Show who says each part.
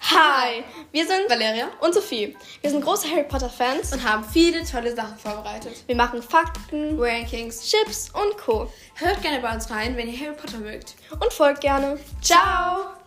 Speaker 1: Hi! Wir sind
Speaker 2: Valeria
Speaker 1: und Sophie. Wir sind große Harry Potter Fans.
Speaker 2: und haben viele tolle Sachen vorbereitet.
Speaker 1: Wir machen Fakten,
Speaker 2: Rankings.
Speaker 1: Chips und Co.
Speaker 2: Hört gerne bei uns rein, wenn ihr Harry Potter mögt.
Speaker 1: Und folgt gerne.
Speaker 2: Ciao!